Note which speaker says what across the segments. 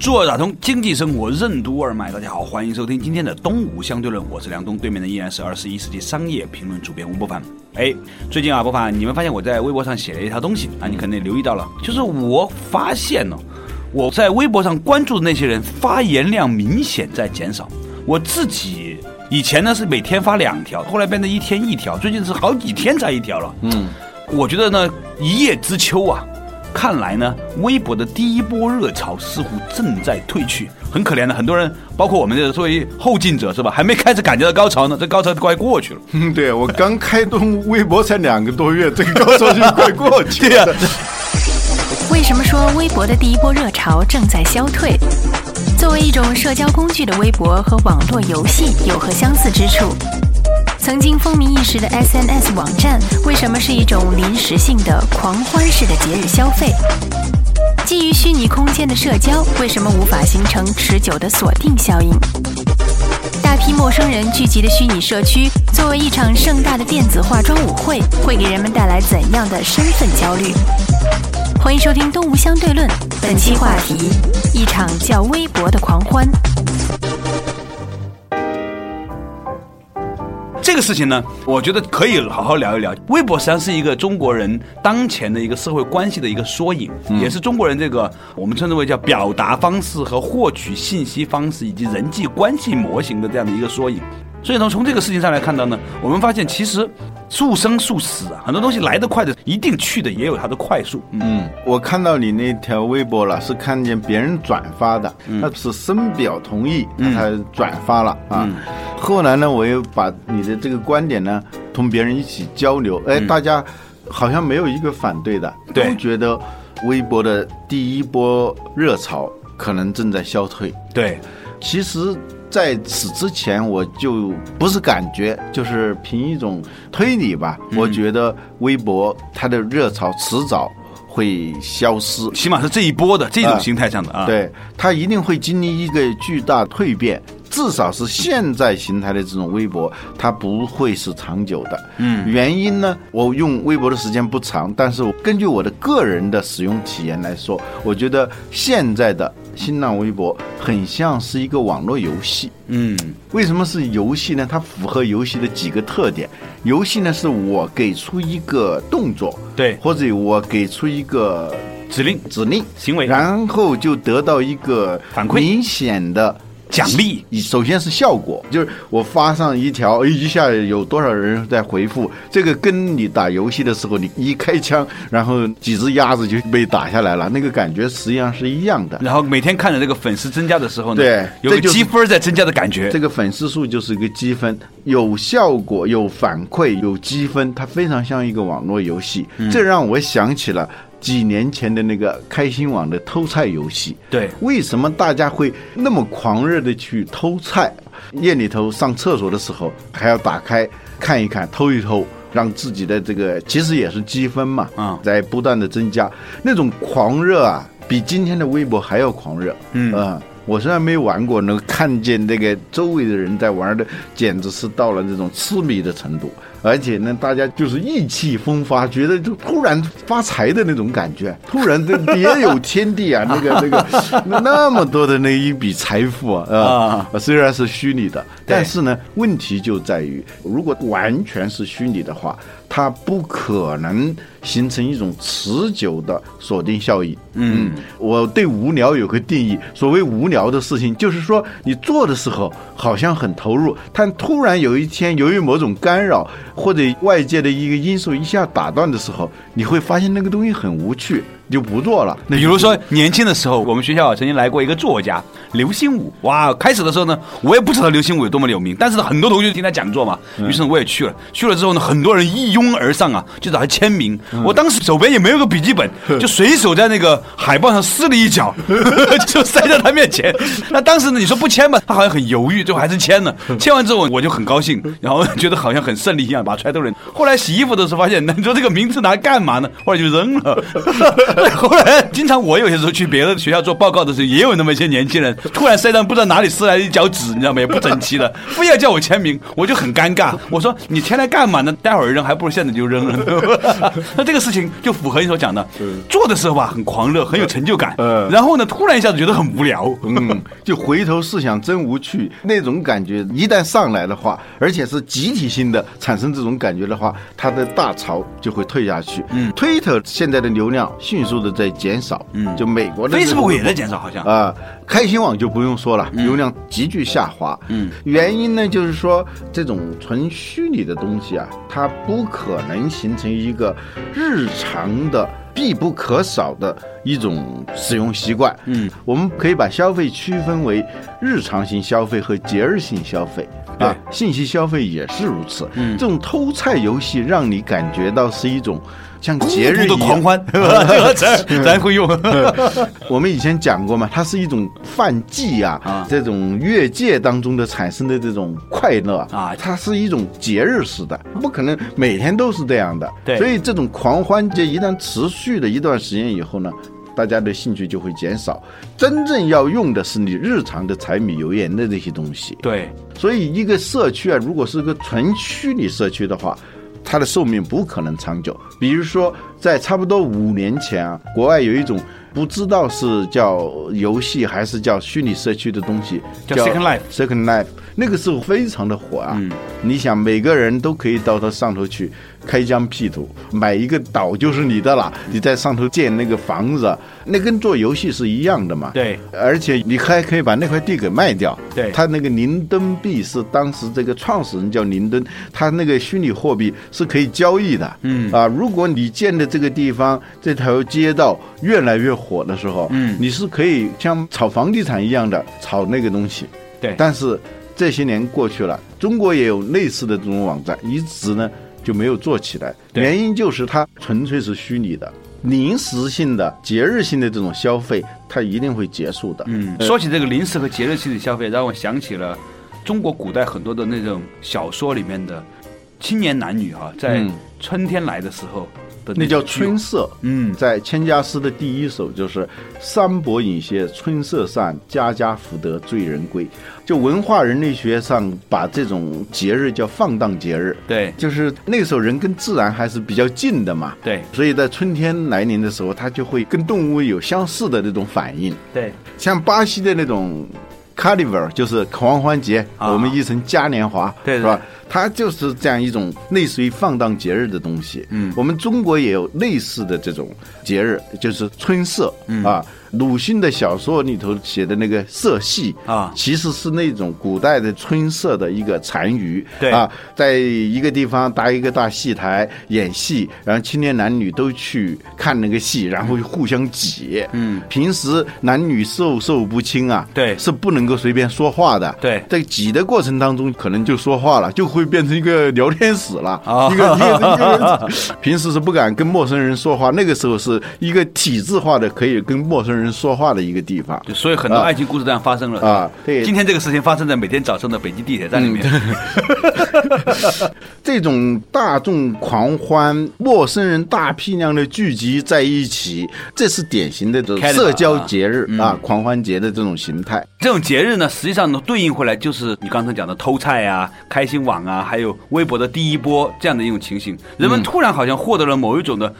Speaker 1: 坐着打通经济生活任督二脉，大家好，欢迎收听今天的《东吴相对论》，我是梁东，对面的依然是二十一世纪商业评论主编吴伯凡。哎，最近啊，伯凡，你们发现我在微博上写了一条东西啊，你可能也留意到了，就是我发现呢、我在微博上关注的那些人发言量明显在减少，我自己。以前呢是每天发两条，后来变成一天一条，最近是好几天才一条了。嗯，我觉得呢，一叶知秋啊，看来呢，微博的第一波热潮似乎正在退去，很可怜的，很多人，包括我们这作为后进者是吧，还没开始感觉到高潮呢，这高潮快过去了。
Speaker 2: 嗯， 对我刚开通微博才两个多月，这个高潮就快过去 了。
Speaker 3: 为什么说微博的第一波热潮正在消退？作为一种社交工具的微博和网络游戏有何相似之处？曾经风靡一时的 SNS 网站，为什么是一种临时性的狂欢式的节日消费？基于虚拟空间的社交，为什么无法形成持久的锁定效应？大批陌生人聚集的虚拟社区，作为一场盛大的电子化妆舞会，会给人们带来怎样的身份焦虑？欢迎收听《东吴相对论》，本期话题：一场叫微博的狂欢。
Speaker 1: 这个事情呢，我觉得可以好好聊一聊。微博实际上是一个中国人当前的一个社会关系的一个缩影，
Speaker 2: 嗯
Speaker 1: 也是中国人这个我们称之为叫表达方式和获取信息方式以及人际关系模型的这样的一个缩影。所以呢，从这个事情上来看到呢，我们发现其实速生速死啊，很多东西来得快的，一定去的也有它的快速。嗯，
Speaker 2: 我看到你那条微博了，是看见别人转发的，那、是深表同意，他才转发了啊。后来呢，我又把你的这个观点呢，同别人一起交流，哎，大家好像没有一个反对的，
Speaker 1: 对
Speaker 2: 都觉得微博的第一波热潮可能正在消退。
Speaker 1: 对，
Speaker 2: 其实在此之前，我就不是感觉，就是凭一种推理吧，我觉得微博它的热潮迟早会消失。
Speaker 1: 起码是这一波的这种
Speaker 2: 啊
Speaker 1: 形态上的啊。，
Speaker 2: 对，它一定会经历一个巨大蜕变，至少是现在形态的这种微博，它不会是长久的。嗯，原因呢，我用微博的时间不长，但是我根据我的个人的使用体验来说，我觉得现在的新浪微博很像是一个网络游戏。
Speaker 1: 嗯，
Speaker 2: 为什么是游戏呢？它符合游戏的几个特点。游戏呢，是我给出一个动作，
Speaker 1: 对
Speaker 2: 或者我给出一个
Speaker 1: 指令
Speaker 2: 指令
Speaker 1: 行为
Speaker 2: 然后就得到一个
Speaker 1: 反馈
Speaker 2: 明显的
Speaker 1: 奖励。
Speaker 2: 首先是效果，就是我发上一条，哎一下有多少人在回复，这个跟你打游戏的时候，你一开枪，然后几只鸭子就被打下来了，那个感觉实际上是一样的。
Speaker 1: 然后每天看着这个粉丝增加的时候呢，
Speaker 2: 对
Speaker 1: 有个
Speaker 2: 这就是
Speaker 1: 积分在增加的感觉。
Speaker 2: 这个粉丝数就是一个积分，有效果、有反馈、有积分，它非常像一个网络游戏。
Speaker 1: 嗯
Speaker 2: 这让我想起了几年前的那个开心网的偷菜游戏。
Speaker 1: 对
Speaker 2: 为什么大家会那么狂热的去偷菜？夜里头上厕所的时候还要打开看一看，偷一偷。让自己的这个其实也是积分嘛，
Speaker 1: 嗯
Speaker 2: 在不断的增加，那种狂热啊，比今天的微博还要狂热。
Speaker 1: 嗯
Speaker 2: 啊、我虽然没玩过，能看见那个周围的人在玩的，简直是到了那种痴迷的程度。而且呢，大家就是意气风发，觉得就突然发财的那种感觉，突然这别有天地啊！那个那个那那么多的那一笔财富啊，啊、虽然是虚拟的，但是呢，问题就在于，如果完全是虚拟的话，它不可能形成一种持久的锁定效应。嗯，我对无聊有个定义，所谓无聊的事情，就是说你做的时候好像很投入，但突然有一天由于某种干扰或者外界的一个因素一下打断的时候，你会发现那个东西很无趣。就不做了。
Speaker 1: 那比如说年轻的时候，我们学校曾经来过一个作家刘心武，哇，开始的时候呢，我也不知道刘心武有多么有名，但是很多同学听他讲座嘛，于是呢我也去了。去了之后呢，很多人一拥而上啊，就找他签名。我当时手边也没有个笔记本，就随手在那个海报上撕了一角，就塞到他面前。那当时呢，你说不签吧，他好像很犹豫，最后还是签了。签完之后我就很高兴，然后 觉得好像很胜利一样，把它揣兜里。后来洗衣服的时候发现，那你说这个名字拿来干嘛呢？后来就扔了。 后来经常我有些时候去别的学校做报告的时候，也有那么一些年轻人突然身上不知道哪里撕来一角纸，你知道吗？也不整齐的， 非要叫我签名，我就很尴尬。我说你签来干嘛呢？待会儿扔，还不如现在就扔 了。那这个事情就符合你所讲的，做的时候吧很狂热，很有成就感，
Speaker 2: 嗯
Speaker 1: 然后呢突然一下子觉得很无聊。
Speaker 2: 嗯，就回头试想真无趣那种感觉，一旦上来的话，而且是集体性的产生这种感觉的话，它的大潮就会退下去。
Speaker 1: 嗯
Speaker 2: ，Twitter 现在的流量迅速的在减少。
Speaker 1: 嗯
Speaker 2: 就美国的这个
Speaker 1: Facebook 也在减少，好像。
Speaker 2: 啊、开心网就不用说了，流量急剧下滑。
Speaker 1: 嗯，
Speaker 2: 原因呢就是说，这种纯虚拟的东西啊，它不可能形成一个日常的必不可少的一种使用习惯。
Speaker 1: 嗯，
Speaker 2: 我们可以把消费区分为日常性消费和节日性消费。啊
Speaker 1: 对，
Speaker 2: 信息消费也是如此。
Speaker 1: 嗯
Speaker 2: 这种偷菜游戏让你感觉到是一种像节日
Speaker 1: 孤独
Speaker 2: 一
Speaker 1: 的
Speaker 2: 样
Speaker 1: 狂欢， 这个词 儿咱会用。
Speaker 2: 我们以前讲过嘛，它是一种犯忌啊，
Speaker 1: 啊
Speaker 2: 这种越界当中的产生的这种快乐
Speaker 1: 啊
Speaker 2: 它是一种节日式的，不可能每天都是这样的。
Speaker 1: 对
Speaker 2: 所以这种狂欢节一旦持续了一段时间以后呢。大家的兴趣就会减少，真正要用的是你日常的柴米油盐的这些东西。
Speaker 1: 对，
Speaker 2: 所以一个社区啊，如果是个纯虚拟社区的话，它的寿命不可能长久。比如说，在差不多五年前啊，国外有一种不知道是叫游戏还是叫虚拟社区的东西，
Speaker 1: 叫 Second Life
Speaker 2: Second Life 那个时候非常的火啊。
Speaker 1: 嗯
Speaker 2: 你想，每个人都可以到它上头去开疆辟土，买一个岛就是你的了，你在上头建那个房子，那跟做游戏是一样的嘛。
Speaker 1: 对，
Speaker 2: 而且你还可以把那块地给卖掉。
Speaker 1: 对
Speaker 2: 他那个林登币是当时这个创始人叫林登，他那个虚拟货币是可以交易的。
Speaker 1: 嗯
Speaker 2: 啊，如果你建的这个地方这条街道越来越火的时候，
Speaker 1: 嗯
Speaker 2: 你是可以像炒房地产一样的炒那个东西。
Speaker 1: 对
Speaker 2: 但是这些年过去了，中国也有类似的这种网站，一直呢就没有做起来。
Speaker 1: 对
Speaker 2: 原因就是它纯粹是虚拟的、临时性的、节日性的这种消费，它一定会结束的。
Speaker 1: 嗯，
Speaker 2: 呃
Speaker 1: 说起这个零食和节日性的消费，让我想起了中国古代很多的那种小说里面的青年男女哈、在
Speaker 2: 嗯
Speaker 1: 春天来的时候的
Speaker 2: 那叫
Speaker 1: 种
Speaker 2: 春色。
Speaker 1: 嗯，
Speaker 2: 在千家诗的第一首就是“山伯饮些春色散，家家福德醉人归”。就文化人类学上把这种节日叫放荡节日，
Speaker 1: 对
Speaker 2: 就是那时候人跟自然还是比较近的嘛。
Speaker 1: 对
Speaker 2: 所以在春天来临的时候，它就会跟动物有相似的那种反应，
Speaker 1: 对
Speaker 2: 像巴西的那种 Carnival，就是狂欢节，
Speaker 1: 啊
Speaker 2: 我们译成嘉年华，
Speaker 1: 对对
Speaker 2: 是吧？它就是这样一种类似于放荡节日的东西。
Speaker 1: 嗯
Speaker 2: 我们中国也有类似的这种节日，就是春色、
Speaker 1: 嗯
Speaker 2: 啊。鲁迅的小说里头写的那个色系
Speaker 1: 啊
Speaker 2: 其实是那种古代的春色的一个残余。
Speaker 1: 对
Speaker 2: 啊，在一个地方搭一个大戏台演戏，然后青年男女都去看那个戏，然后互相挤。
Speaker 1: 嗯，
Speaker 2: 平时男女授受不亲啊，
Speaker 1: 对
Speaker 2: 是不能够随便说话的。
Speaker 1: 对
Speaker 2: 在挤的过程当中，可能就说话了，就会变成一个聊天室了，
Speaker 1: 啊
Speaker 2: 一个一个一个人。平时是不敢跟陌生人说话，那个时候是一个体制化的可以跟陌生人说话的一个地方。
Speaker 1: 就所以很多
Speaker 2: 啊
Speaker 1: 爱情故事这样发生了
Speaker 2: 啊对嗯
Speaker 1: 今天这个事情发生在每天早上的北京地铁站里面。
Speaker 2: 这种大众狂欢，陌生人大批量的聚集在一起，这是典型的这种
Speaker 1: Carnival
Speaker 2: 社交节日
Speaker 1: 啊
Speaker 2: 啊，狂欢节的这种形态。
Speaker 1: 这种节日呢，实际上呢，对应回来就是你刚才讲的偷菜啊、开心网啊，还有微博的第一波这样的一种情形。人们突然好像获得了某一种的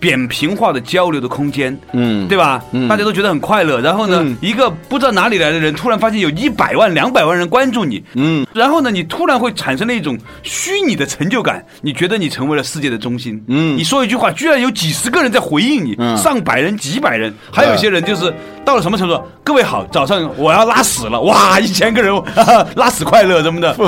Speaker 1: 扁平化的交流的空间，
Speaker 2: 嗯
Speaker 1: 对吧？
Speaker 2: 嗯
Speaker 1: 大家都觉得很快乐。然后呢，
Speaker 2: 嗯
Speaker 1: 一个不知道哪里来的人，突然发现有一百万、两百万人关注你，
Speaker 2: 嗯，
Speaker 1: 然后呢，你突然会产生了一种虚拟的成就感，你觉得你成为了世界的中心。
Speaker 2: 嗯
Speaker 1: 你说一句话，居然有几十个人在回应你，
Speaker 2: 嗯
Speaker 1: 上百人、几百人，还有一些人就是到了什么程度？各位好，早上我要拉屎了，哇，一千个人 哈哈拉屎快乐什么的，诸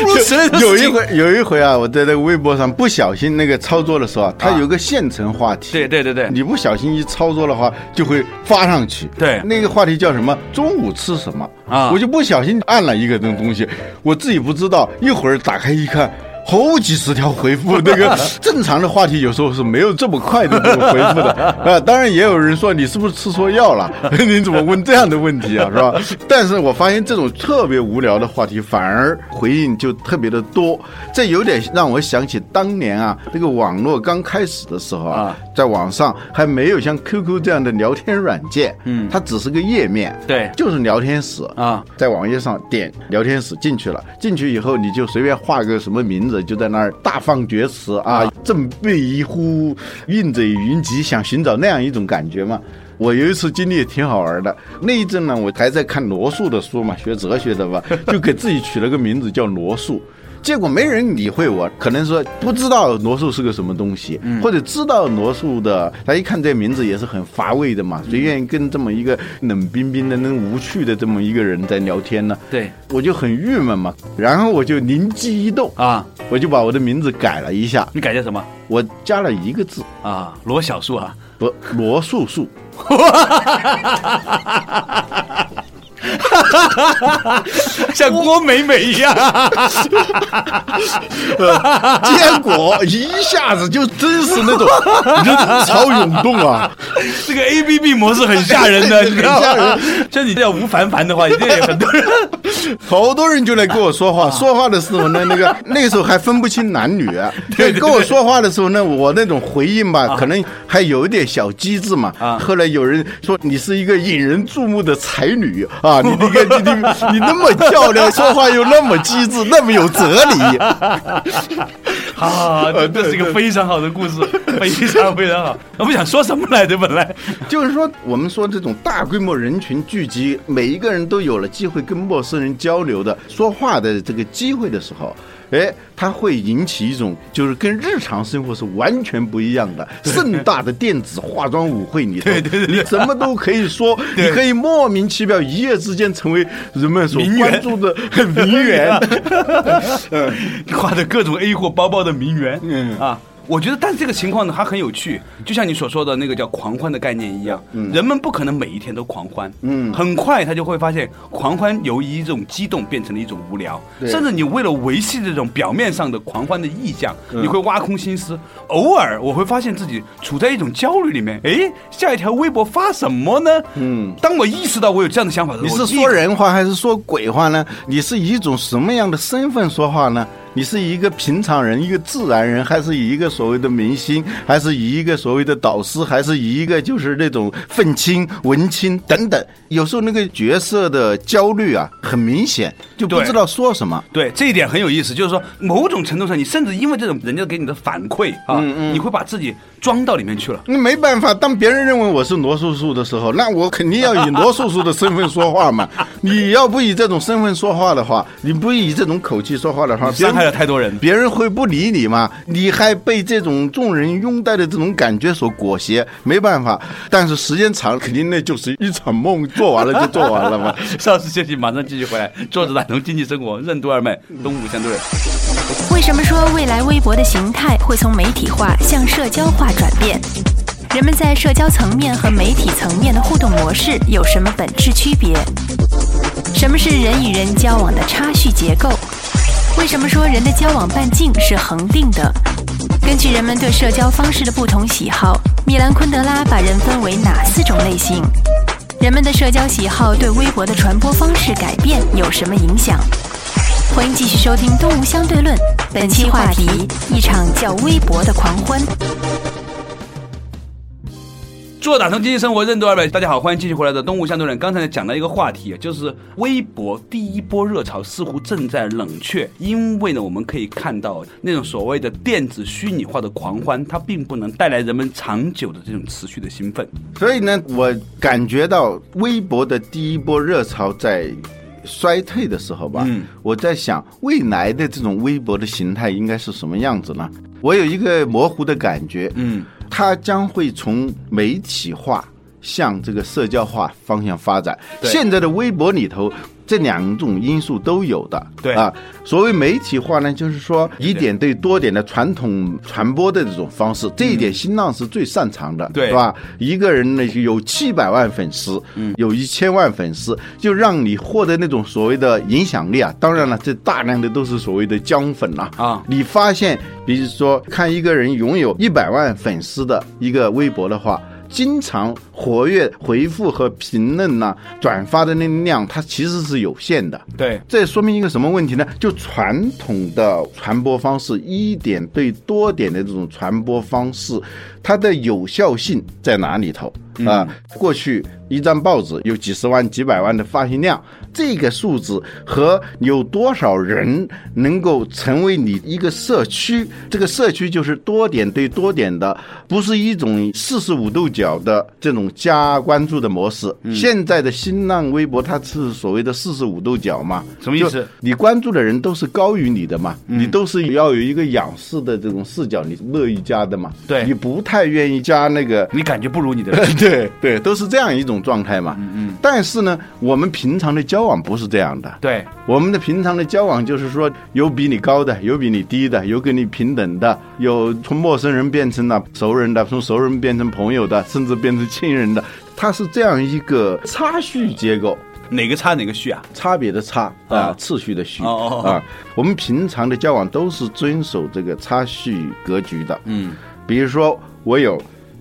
Speaker 1: 如此类的
Speaker 2: 有
Speaker 1: 事
Speaker 2: 一
Speaker 1: 情
Speaker 2: 回，有一回啊，我在那个微博上不小心那个操作的时候啊，它
Speaker 1: 啊
Speaker 2: 有个现成话题。
Speaker 1: 对对对对
Speaker 2: 你不小心一操作的话，就会发上去。
Speaker 1: 对
Speaker 2: 那个话题叫什么？中午吃什么？
Speaker 1: 啊
Speaker 2: 我就不小心按了一个这种东西，我自己不知道，一会儿打开一看。好几十条回复，那 个正常的话题有时候是没有这么快的这种回复的啊。当然也有人说你是不是吃错药了？ 你怎么问这样的问题啊？是吧？但是我发现这种特别无聊的话题反而回应就特别的多，这有点让我想起当年啊，那个网络刚开始的时候
Speaker 1: 啊
Speaker 2: 啊，在网上还没有像 QQ 这样的聊天软件，
Speaker 1: 嗯
Speaker 2: 它只是个页面，
Speaker 1: 对
Speaker 2: 就是聊天室
Speaker 1: 啊，
Speaker 2: 在网页上点聊天室进去了，进去以后你就随便画个什么名字，就在那儿大放厥词啊，振臂一呼，应者云集，想寻找那样一种感觉嘛。我有一次经历也挺好玩的，那一阵呢，我还在看罗素的书嘛，学哲学的嘛，就给自己取了个名字叫罗素。结果没人理会我，可能说不知道罗素是个什么东西，
Speaker 1: 嗯
Speaker 2: 或者知道罗素的，他一看这名字也是很乏味的
Speaker 1: 嗯
Speaker 2: 嘛，谁愿意跟这么一个冷冰冰的、那无趣的这么一个人在聊天呢？
Speaker 1: 对
Speaker 2: 我就很郁闷嘛，然后我就灵机一动，
Speaker 1: 啊，
Speaker 2: 我就把我的名字改了一下，
Speaker 1: 你改叫什么
Speaker 2: 我加了一个字，
Speaker 1: 啊？罗小树啊，
Speaker 2: 不，罗素 素。
Speaker 1: 像郭美美一样，
Speaker 2: 结果一下子就真是那种人潮涌动啊！
Speaker 1: 这个 A B B 模 式很吓人的，你知道吗？像你这样吴凡凡的话，一定有很 多人。
Speaker 2: 好多人就来跟我说话，说话的时候呢，那 个那时候还分不清男女，对，啊跟我说话的时候呢，我那种回应吧，可能还有一点小机智嘛
Speaker 1: 啊。
Speaker 2: 后来有人说你是一个引人注目的才女 啊，你那个你你你那么漂亮，说话又那么机智，那么有哲理，
Speaker 1: 啊，这这是一个非常好的故事，非常非常好。我不想说什么来着，本来
Speaker 2: 就是说，我们说这种大规模人群聚集，每一个人都有了机会跟陌生人交流的、说话的这个机会的时候，哎，它会引起一种就是跟日常生活是完全不一样 的盛大的电子化妆舞会里头，你什么都可以 说，你可以莫名其妙一夜之间成为人们所
Speaker 1: 名媛
Speaker 2: 关注的名媛。
Speaker 1: 画的各种 A 货包包的名媛，嗯啊。我觉得，但这个情况呢，它很有趣，就像你所说的那个叫狂欢的概念一样，
Speaker 2: 嗯
Speaker 1: 人们不可能每一天都狂欢，嗯，很快他就会发现，狂欢由于一种激动变成了一种无聊，
Speaker 2: 对
Speaker 1: 甚至你为了维系这种表面上的狂欢的意象，
Speaker 2: 嗯
Speaker 1: 你会挖空心思。偶尔我会发现自己处在一种焦虑里面，诶，下一条微博发什么呢？嗯，当我意识到我有这样的想法的时
Speaker 2: 你
Speaker 1: 候，
Speaker 2: 是
Speaker 1: 我立
Speaker 2: 说人话还是说鬼话呢？你是以一种什么样的身份说话呢？你是以一个平常人、一个自然人，还是以一个所谓的明星，还是以一个所谓的导师，还是以一个就是那种愤青、文青等等？有时候那个角色的焦虑啊，很明显，就不
Speaker 1: 对
Speaker 2: 知道说什么。
Speaker 1: 对，这一点很有意思，就是说，某种程度上，你甚至因为这种人家给你的反馈啊，你会把自己装到里面去了。
Speaker 2: 那没办法，当别人认为我是罗素素的时候，那我肯定要以罗素素的身份说话嘛。 你要不以这种身份说话的话，你不以这种口气说话的话，
Speaker 1: 你伤害了太多人
Speaker 2: 别人会不理你嘛。你还被这种众人拥戴的这种感觉所裹挟，没办法。但是时间长，肯定那就是一场梦，做完了就做完了嘛。
Speaker 1: 稍事休息，马上继续回来。坐着打通经济生活，任督二脉，东吴相对论。
Speaker 3: 为什么说未来微博的形态会从媒体化向社交化转变？人们在社交层面和媒体层面的互动模式有什么本质区别？什么是人与人交往的差序结构？为什么说人的交往半径是恒定的？根据人们对社交方式的不同喜好，米兰昆德拉把人分为哪四种类型？人们的社交喜好对微博的传播方式改变有什么影响？欢迎继续收听《东吴相对论》，本期话题：一场叫微博的狂欢。
Speaker 1: 做打通经济生活任督二脉，大家好，欢迎继续回来的东吴相对论。刚才讲到一个话题，就是微博第一波热潮似乎正在冷却，因为呢，我们可以看到那种所谓的电子虚拟化的狂欢，它并不能带来人们长久的这种持续的兴奋。
Speaker 2: 所以呢，我感觉到微博的第一波热潮在衰退的时候吧，
Speaker 1: 嗯
Speaker 2: 我在想未来的这种微博的形态应该是什么样子呢？我有一个模糊的感觉，
Speaker 1: 嗯，
Speaker 2: 它将会从媒体化向这个社交化方向发展。
Speaker 1: 对
Speaker 2: 现在的微博里头，这两种因素都有的。
Speaker 1: 对
Speaker 2: 啊，所谓媒体化呢，就是说以点对多点的传统传播的这种方式，这一点新浪是最擅长的，
Speaker 1: 对
Speaker 2: 是吧？一个人呢有七百万粉丝，嗯，有一千万粉丝，就让你获得那种所谓的影响力啊。当然了，这大量的都是所谓的姜粉啦、
Speaker 1: 啊
Speaker 2: 你发现，比如说看一个人拥有一百万粉丝的一个微博的话。经常活跃回复和评论呐、转发的那量，它其实是有限的。
Speaker 1: 对，
Speaker 2: 这说明一个什么问题呢？就传统的传播方式，一点对多点的这种传播方式，它的有效性在哪里头啊、过去一张报纸有几十万、几百万的发行量，这个数字和有多少人能够成为你一个社区，这个社区就是多点对多点的，不是一种四十五度角的这种加关注的模式。现在的新浪微博它是所谓的四十五度角嘛，
Speaker 1: 什么意思嗯
Speaker 2: 就你关注的人都是高于你的嘛，你都是要有一个仰视的这种视角，你乐意加的嘛。
Speaker 1: 对
Speaker 2: 你不太愿意加那个
Speaker 1: 你感觉不如你的人
Speaker 2: 对对，都是这样一种状态嘛。嗯嗯。但是呢，我们平常的交往不是这样的。
Speaker 1: 对，
Speaker 2: 我们的平常的交往就是说，有比你高的，有比你低的，有跟你平等的，有从陌生人变成了熟人的，从熟人变成朋友的，甚至变成亲人的，它是这样一个差序结构。
Speaker 1: 哪个差哪个序啊？
Speaker 2: 差别的差啊
Speaker 1: 啊，
Speaker 2: 次序的序
Speaker 1: 哦哦哦
Speaker 2: 啊，我们平常的交往都是遵守这个差序格局的。嗯，比如说我有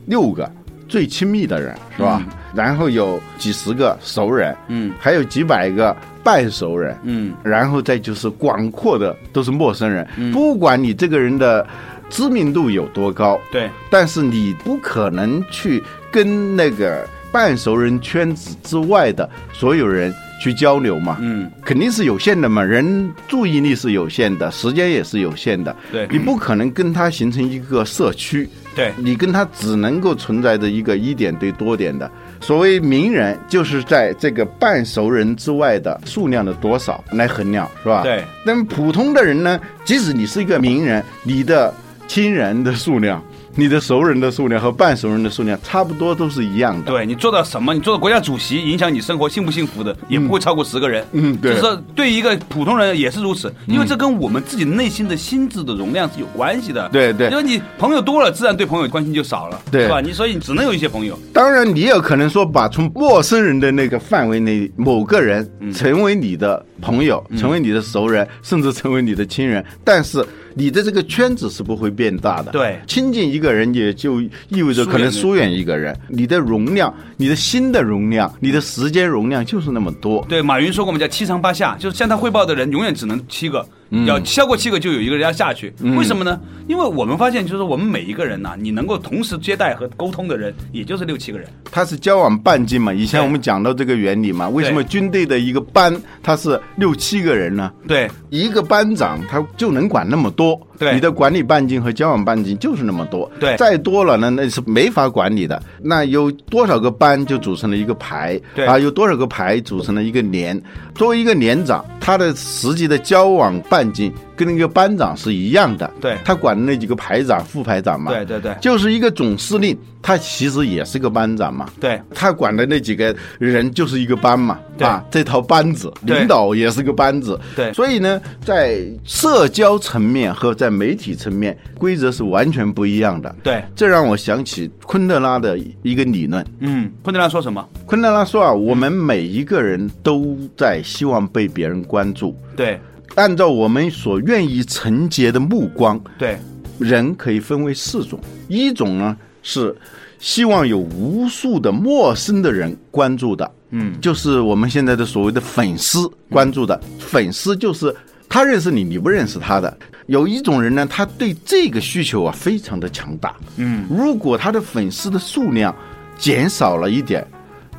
Speaker 2: 六个最亲密的人，是吧？
Speaker 1: 嗯
Speaker 2: 然后有几十个熟人，嗯，还有几百个半熟人，
Speaker 1: 嗯，
Speaker 2: 然后再就是广阔的都是陌生人，不管你这个人的知名度有多高，
Speaker 1: 对，
Speaker 2: 但是你不可能去跟那个半熟人圈子之外的所有人去交流嘛，
Speaker 1: 嗯，
Speaker 2: 肯定是有限的嘛，人注意力是有限的，时间也是有限的，
Speaker 1: 对
Speaker 2: 你不可能跟他形成一个社区，
Speaker 1: 对，
Speaker 2: 你跟他只能够存在着一个一点对多点的。所谓名人，就是在这个半熟人之外的数量的多少来衡量，是吧？
Speaker 1: 对。
Speaker 2: 那么普通的人呢，即使你是一个名人，你的亲人的数量、你的熟人的数量和半熟人的数量差不多都是一样的。
Speaker 1: 对你做到什么，你做到国家主席，影响你生活幸不幸福的，也不会超过十个人。
Speaker 2: 嗯对
Speaker 1: 就是说对于一个普通人也是如此，因为这跟我们自己内心的心智的容量是有关系的。
Speaker 2: 对对
Speaker 1: 因为你朋友多了，自然对朋友关心就少了，
Speaker 2: 对
Speaker 1: 是吧？你所以你只能有一些朋友。
Speaker 2: 当然，你也有可能说把从陌生人的那个范围内某个人成为你的朋友，成为你的熟人，甚至成为你的亲人，但是你的这个圈子是不会变大的。
Speaker 1: 对
Speaker 2: 亲近一个人也就意味着可能疏远一个人，你的容量、你的心的容量、你的时间容量就是那么多。
Speaker 1: 对，马云说过我们叫七上八下，就是向他汇报的人永远只能七个，
Speaker 2: 嗯
Speaker 1: 要超过七个就有一个人要下去。为什么呢？因为我们发现，就是我们每一个人呐、你能够同时接待和沟通的人，也就是六七个人。
Speaker 2: 它是交往半径嘛，以前
Speaker 1: 对
Speaker 2: 我们讲到这个原理嘛，为什么军队的一个班它是六七个人呢？
Speaker 1: 对，
Speaker 2: 一个班长他就能管那么多，
Speaker 1: 对
Speaker 2: 你的管理半径和交往半径就是那么多，
Speaker 1: 对
Speaker 2: 再多了呢，那是没法管理的。那有多少个班就组成了一个排，
Speaker 1: 对
Speaker 2: 啊，有多少个排组成了一个连。作为一个连长，他的实际的交往半径跟那个班长是一样的，
Speaker 1: 对
Speaker 2: 他管的那几个排长、副排长嘛，
Speaker 1: 对对对
Speaker 2: 就是一个总司令，他其实也是个班长嘛，
Speaker 1: 对，
Speaker 2: 他管的那几个人就是一个班嘛，
Speaker 1: 对
Speaker 2: 啊，这套班子，
Speaker 1: 对
Speaker 2: 领导也是个班子，
Speaker 1: 对
Speaker 2: 所以呢，在社交层面和在媒体层面，规则是完全不一样的。
Speaker 1: 对
Speaker 2: 这让我想起昆德拉的一个理论。
Speaker 1: 嗯，昆德拉说什么？
Speaker 2: 昆德拉说啊，我们每一个人都在希望被别人关注，
Speaker 1: 对
Speaker 2: 按照我们所愿意承接的目光，
Speaker 1: 对，
Speaker 2: 人可以分为四种，一种呢是希望有无数的陌生的人关注的，嗯，就是我们现在的所谓的粉丝关注的，粉丝就是他认识你，你不认识他的。有一种人呢，他对这个需求啊非常的强大，嗯，如果他的粉丝的数量减少了一点，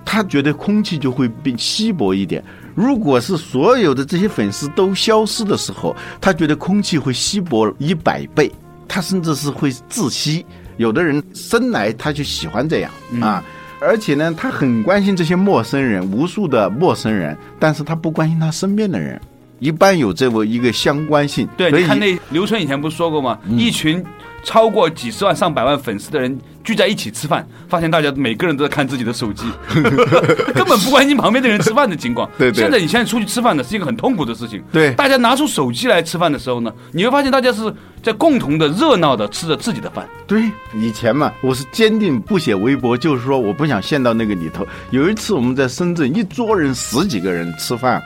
Speaker 2: 他觉得空气就会变稀薄一点。如果是所有的这些粉丝都消失的时候，他觉得空气会稀薄一百倍，他甚至是会窒息。有的人生来他就喜欢这样、啊，而且呢，他很关心这些陌生人，无数的陌生人，但是他不关心他身边的人。一般有这么一个相关性，
Speaker 1: 对，
Speaker 2: 所以嗯
Speaker 1: 你看那刘春以前不是说过吗？一群超过几十万、上百万粉丝的人聚在一起吃饭，发现大家每个人都在看自己 的手机，根本不关心旁边的人吃饭的情况。
Speaker 2: 对对
Speaker 1: 现在你现在出去吃饭呢，是一个很痛苦的事情。
Speaker 2: 对
Speaker 1: 大家拿出手机来吃饭的时候呢，你会发现大家是在共同的热闹的吃着自己的饭。
Speaker 2: 对，以前嘛，我是坚定不写微博，就是说我不想陷到那个里头。有一次我们在深圳，一桌人十几个人吃饭，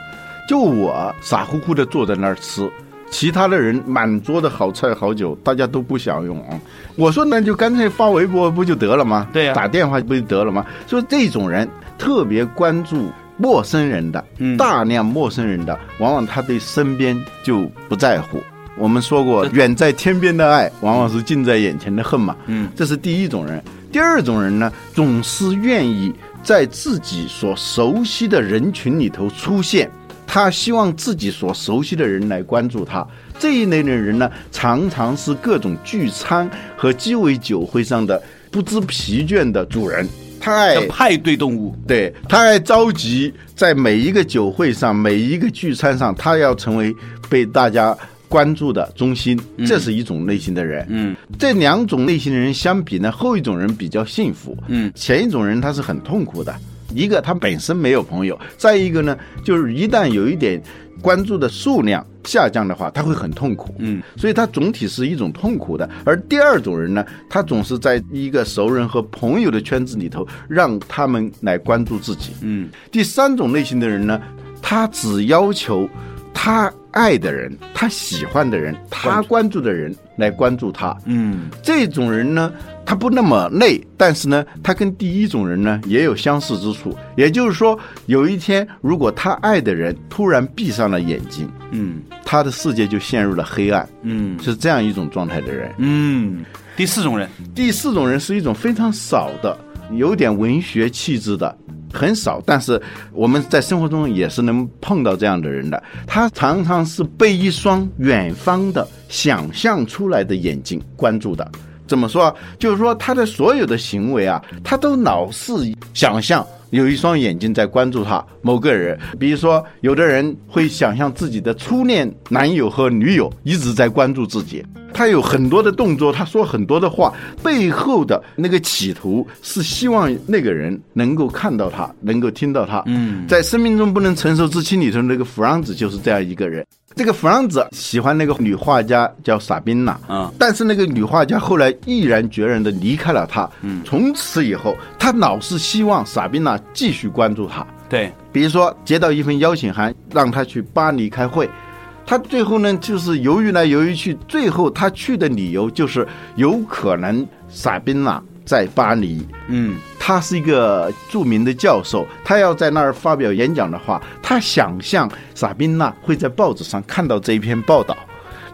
Speaker 2: 就我傻乎乎的坐在那儿吃，其他的人满桌的好菜好酒，大家都不享用啊。我说那就干脆发微博不就得了吗？
Speaker 1: 对呀
Speaker 2: 打电话不就得了吗？所以这种人特别关注。陌生人的，
Speaker 1: 嗯
Speaker 2: 大量陌生人的，往往他对身边就不在乎。我们说过，远在天边的爱，往往是近在眼前的恨嘛。
Speaker 1: 嗯，
Speaker 2: 这是第一种人。第二种人呢，总是愿意在自己所熟悉的人群里头出现，他希望自己所熟悉的人来关注他。这一类的人呢，常常是各种聚餐和鸡尾酒会上的不知疲倦的主人。他爱
Speaker 1: 叫派对动物。
Speaker 2: 对他还着急，在每一个酒会上、每一个聚餐上，他要成为被大家关注的中心，这是一种类型的人。
Speaker 1: 嗯，
Speaker 2: 这两种类型的人相比呢，后一种人比较幸福。
Speaker 1: 嗯
Speaker 2: 前一种人他是很痛苦的，一个他本身没有朋友，再一个呢，就是一旦有一点关注的数量下降的话，他会很痛苦。
Speaker 1: 嗯，
Speaker 2: 所以他总体是一种痛苦的。而第二种人呢，他总是在一个熟人和朋友的圈子里头，让他们来关注自己。
Speaker 1: 嗯，
Speaker 2: 第三种类型的人呢，他只要求他爱的人、他喜欢的人、他关注的人来关注他。
Speaker 1: 嗯，
Speaker 2: 这种人呢，他不那么累，但是呢，他跟第一种人呢也有相似之处。也就是说，有一天如果他爱的人突然闭上了眼睛，
Speaker 1: 嗯
Speaker 2: 他的世界就陷入了黑暗，
Speaker 1: 嗯
Speaker 2: 是这样一种状态的人。
Speaker 1: 嗯，第四种人，
Speaker 2: 第四种人是一种非常少的，有点文学气质的，很少，但是我们在生活中也是能碰到这样的人的。他常常是被一双远方的想象出来的眼睛关注的。怎么说啊？就是说他的所有的行为啊，他都老是想象。有一双眼睛在关注他某个人，比如说，有的人会想象自己的初恋男友和女友一直在关注自己，他有很多的动作，他说很多的话，背后的那个企图是希望那个人能够看到他，能够听到他。嗯，在《生命中不能承受之轻》里头，那个弗朗兹就是这样一个人。这个弗朗兹喜欢那个女画家叫萨宾娜，
Speaker 1: 嗯
Speaker 2: 但是那个女画家后来毅然决然的离开了他。嗯，从此以后，他老是希望萨宾娜继续关注他。
Speaker 1: 对，
Speaker 2: 比如说接到一份邀请函，让他去巴黎开会，他最后呢就是犹豫来犹豫去，最后他去的理由就是有可能萨宾娜在巴黎，
Speaker 1: 嗯
Speaker 2: 他是一个著名的教授，他要在那儿发表演讲的话，他想象萨宾娜会在报纸上看到这一篇报道。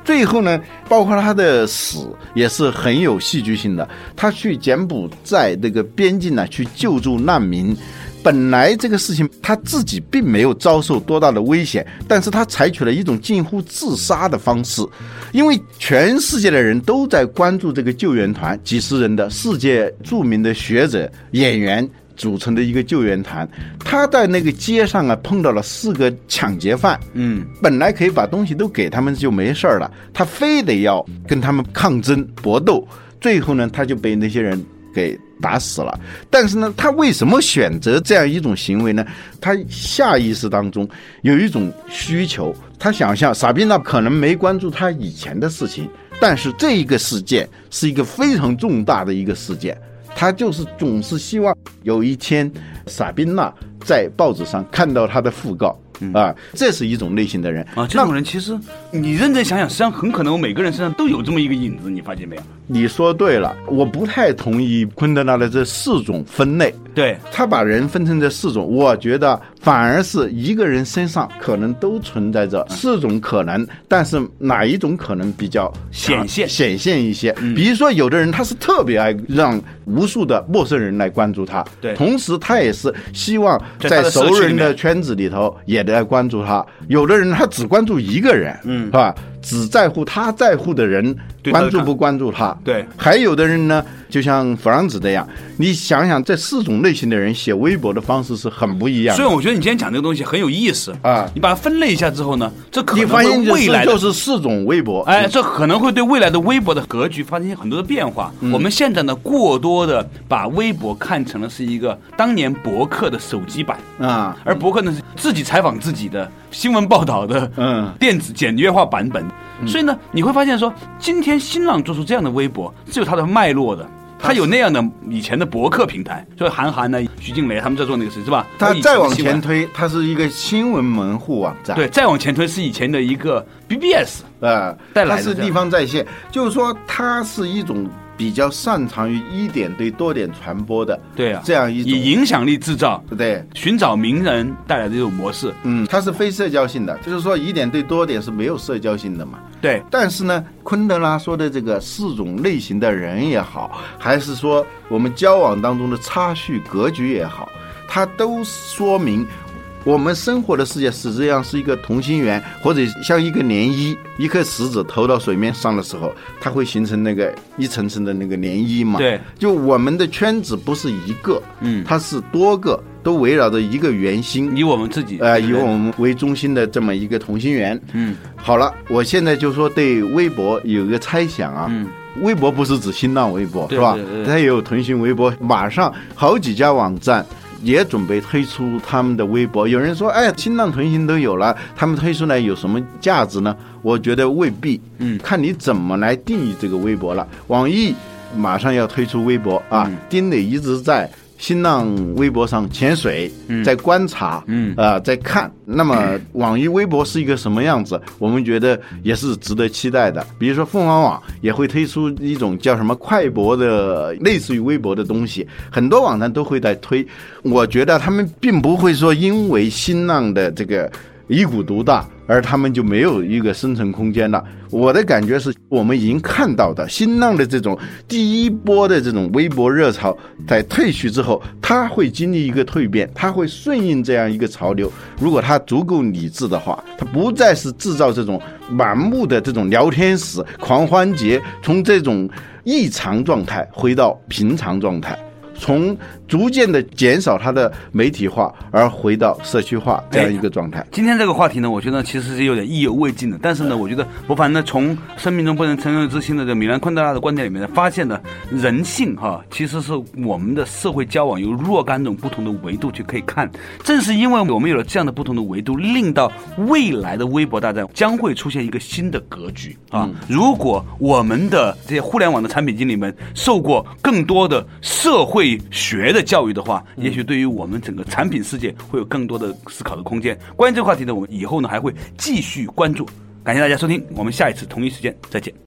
Speaker 2: 最后呢，包括他的死也是很有戏剧性的。他去柬埔寨那个边境呢，去救助难民。本来这个事情他自己并没有遭受多大的危险，但是他采取了一种近乎自杀的方式，因为全世界的人都在关注这个救援团，几十人的世界著名的学者、演员。组成的一个救援团，他在那个街上啊碰到了四个抢劫犯，
Speaker 1: 嗯
Speaker 2: 本来可以把东西都给他们就没事儿了，他非得要跟他们抗争搏斗，最后呢，他就被那些人给打死了。但是呢，他为什么选择这样一种行为呢？他下意识当中有一种需求，他想象傻逼呢可能没关注他以前的事情，但是这一个事件是一个非常重大的一个事件。他就是总是希望有一天，萨宾娜在报纸上看到他的讣告。啊，这是一种类型的人
Speaker 1: 啊，这种人其实你认真想想，实际上很可能我每个人身上都有这么一个影子，你发现没有？
Speaker 2: 你说对了，我不太同意昆德拉的这四种分类。
Speaker 1: 对，
Speaker 2: 他把人分成这四种，我觉得反而是一个人身上可能都存在着四种可能，但是哪一种可能比较啊
Speaker 1: 显现嗯
Speaker 2: 显现一些？比如说，有的人他是特别爱让无数的陌生人来关注他，
Speaker 1: 对
Speaker 2: 同时他也是希望
Speaker 1: 在他
Speaker 2: 在
Speaker 1: 的社
Speaker 2: 熟
Speaker 1: 区里
Speaker 2: 人的
Speaker 1: 面
Speaker 2: 圈子里头也来关注他。有的人他只关注一个人，嗯，是吧？只在乎他在乎的人
Speaker 1: 对他的
Speaker 2: 关注
Speaker 1: 看
Speaker 2: 不关注他？
Speaker 1: 对
Speaker 2: 还有的人呢，就像弗朗子这样，你想想这四种类型的人写微博的方式是很不一样
Speaker 1: 所以
Speaker 2: 的。
Speaker 1: 我觉得你今天讲这个东西很有意思
Speaker 2: 啊
Speaker 1: 你把它分类一下之后呢，这可
Speaker 2: 你
Speaker 1: 能
Speaker 2: 发现
Speaker 1: 会
Speaker 2: 就
Speaker 1: 未来
Speaker 2: 是
Speaker 1: 的
Speaker 2: 就是四种微博，
Speaker 1: 哎，这可能会对未来的微博的格局发生很多的变化。
Speaker 2: 嗯
Speaker 1: 我们现在呢，过多的把微博看成了是一个当年博客的手机版，
Speaker 2: 啊，
Speaker 1: 而博客呢是自己采访自己的新闻报道的，
Speaker 2: 嗯
Speaker 1: 电子简约化版本。所以呢，你会发现说，今天新浪做出这样的微博是有它的脉络的。它有那样的以前的博客平台，就是韩寒呢、啊徐静蕾他们在做那个事，是吧？
Speaker 2: 它
Speaker 1: 都以前
Speaker 2: 再
Speaker 1: 的
Speaker 2: 往
Speaker 1: 新闻
Speaker 2: 前推，它是一个新闻门户网站。
Speaker 1: 对，再往前推是以前的一个 BBS，
Speaker 2: 呃，
Speaker 1: 带来
Speaker 2: 它
Speaker 1: 的
Speaker 2: 是
Speaker 1: 这样
Speaker 2: 地方在线，就是说它是一种比较擅长于一点对多点传播的，
Speaker 1: 对啊，
Speaker 2: 这样一种
Speaker 1: 以影响力制造，
Speaker 2: 对，
Speaker 1: 寻找名人带来的这种模式，
Speaker 2: 嗯，它是非社交性的，就是说一点对多点是没有社交性的嘛。
Speaker 1: 对，
Speaker 2: 但是呢，昆德拉说的这个四种类型的人也好，还是说我们交往当中的差序格局也好，它都说明我们生活的世界实际上是一个同心圆，或者像一个涟漪，一颗石子投到水面上的时候，它会形成那个一层层的那个涟漪嘛。
Speaker 1: 对，
Speaker 2: 就我们的圈子不是一个，
Speaker 1: 嗯
Speaker 2: 它是多个，都围绕着一个圆心。
Speaker 1: 以我们自己，
Speaker 2: 呃，以
Speaker 1: 对
Speaker 2: 我们为中心的这么一个同心圆。
Speaker 1: 嗯，
Speaker 2: 好了，我现在就说对微博有一个猜想啊。
Speaker 1: 嗯。
Speaker 2: 微博不是指新浪微博
Speaker 1: 对
Speaker 2: 是吧
Speaker 1: 对对？
Speaker 2: 它也有腾讯微博，马上好几家网站也准备推出他们的微博。有人说，哎，新浪、腾讯都有了，他们推出来有什么价值呢？我觉得未必，
Speaker 1: 嗯
Speaker 2: 看你怎么来定义这个微博了。网易马上要推出微博啊，
Speaker 1: 嗯
Speaker 2: 丁磊一直在新浪微博上潜水，在观察，
Speaker 1: 嗯
Speaker 2: 啊、在看。那么网易微博是一个什么样子？我们觉得也是值得期待的。比如说凤凰网也会推出一种叫什么快博的，类似于微博的东西，很多网站都会在推。我觉得他们并不会说因为新浪的这个。一股独大，而他们就没有一个生存空间了。我的感觉是我们已经看到的，新浪的这种第一波的这种微博热潮，在退去之后，它会经历一个蜕变，它会顺应这样一个潮流。如果它足够理智的话，它不再是制造这种满目的这种聊天室、狂欢节，从这种异常状态回到平常状态。从逐渐的减少它的媒体化，而回到社区化这样一个状态。
Speaker 1: 今天这个话题呢，我觉得其实是有点意犹未尽的。但是呢，我觉得我反正从《生命中不能承受之轻》的这个米兰昆德拉的观点里面呢，发现呢，人性哈，其实是我们的社会交往有若干种不同的维度去可以看。正是因为我们有了这样的不同的维度，令到未来的微博大战将会出现一个新的格局啊！如果我们的这些互联网的产品经理们受过更多的社会学的教育的话，也许对于我们整个产品世界会有更多的思考的空间。关于这个话题呢，我们以后呢还会继续关注。感谢大家收听，我们下一次同一时间再见。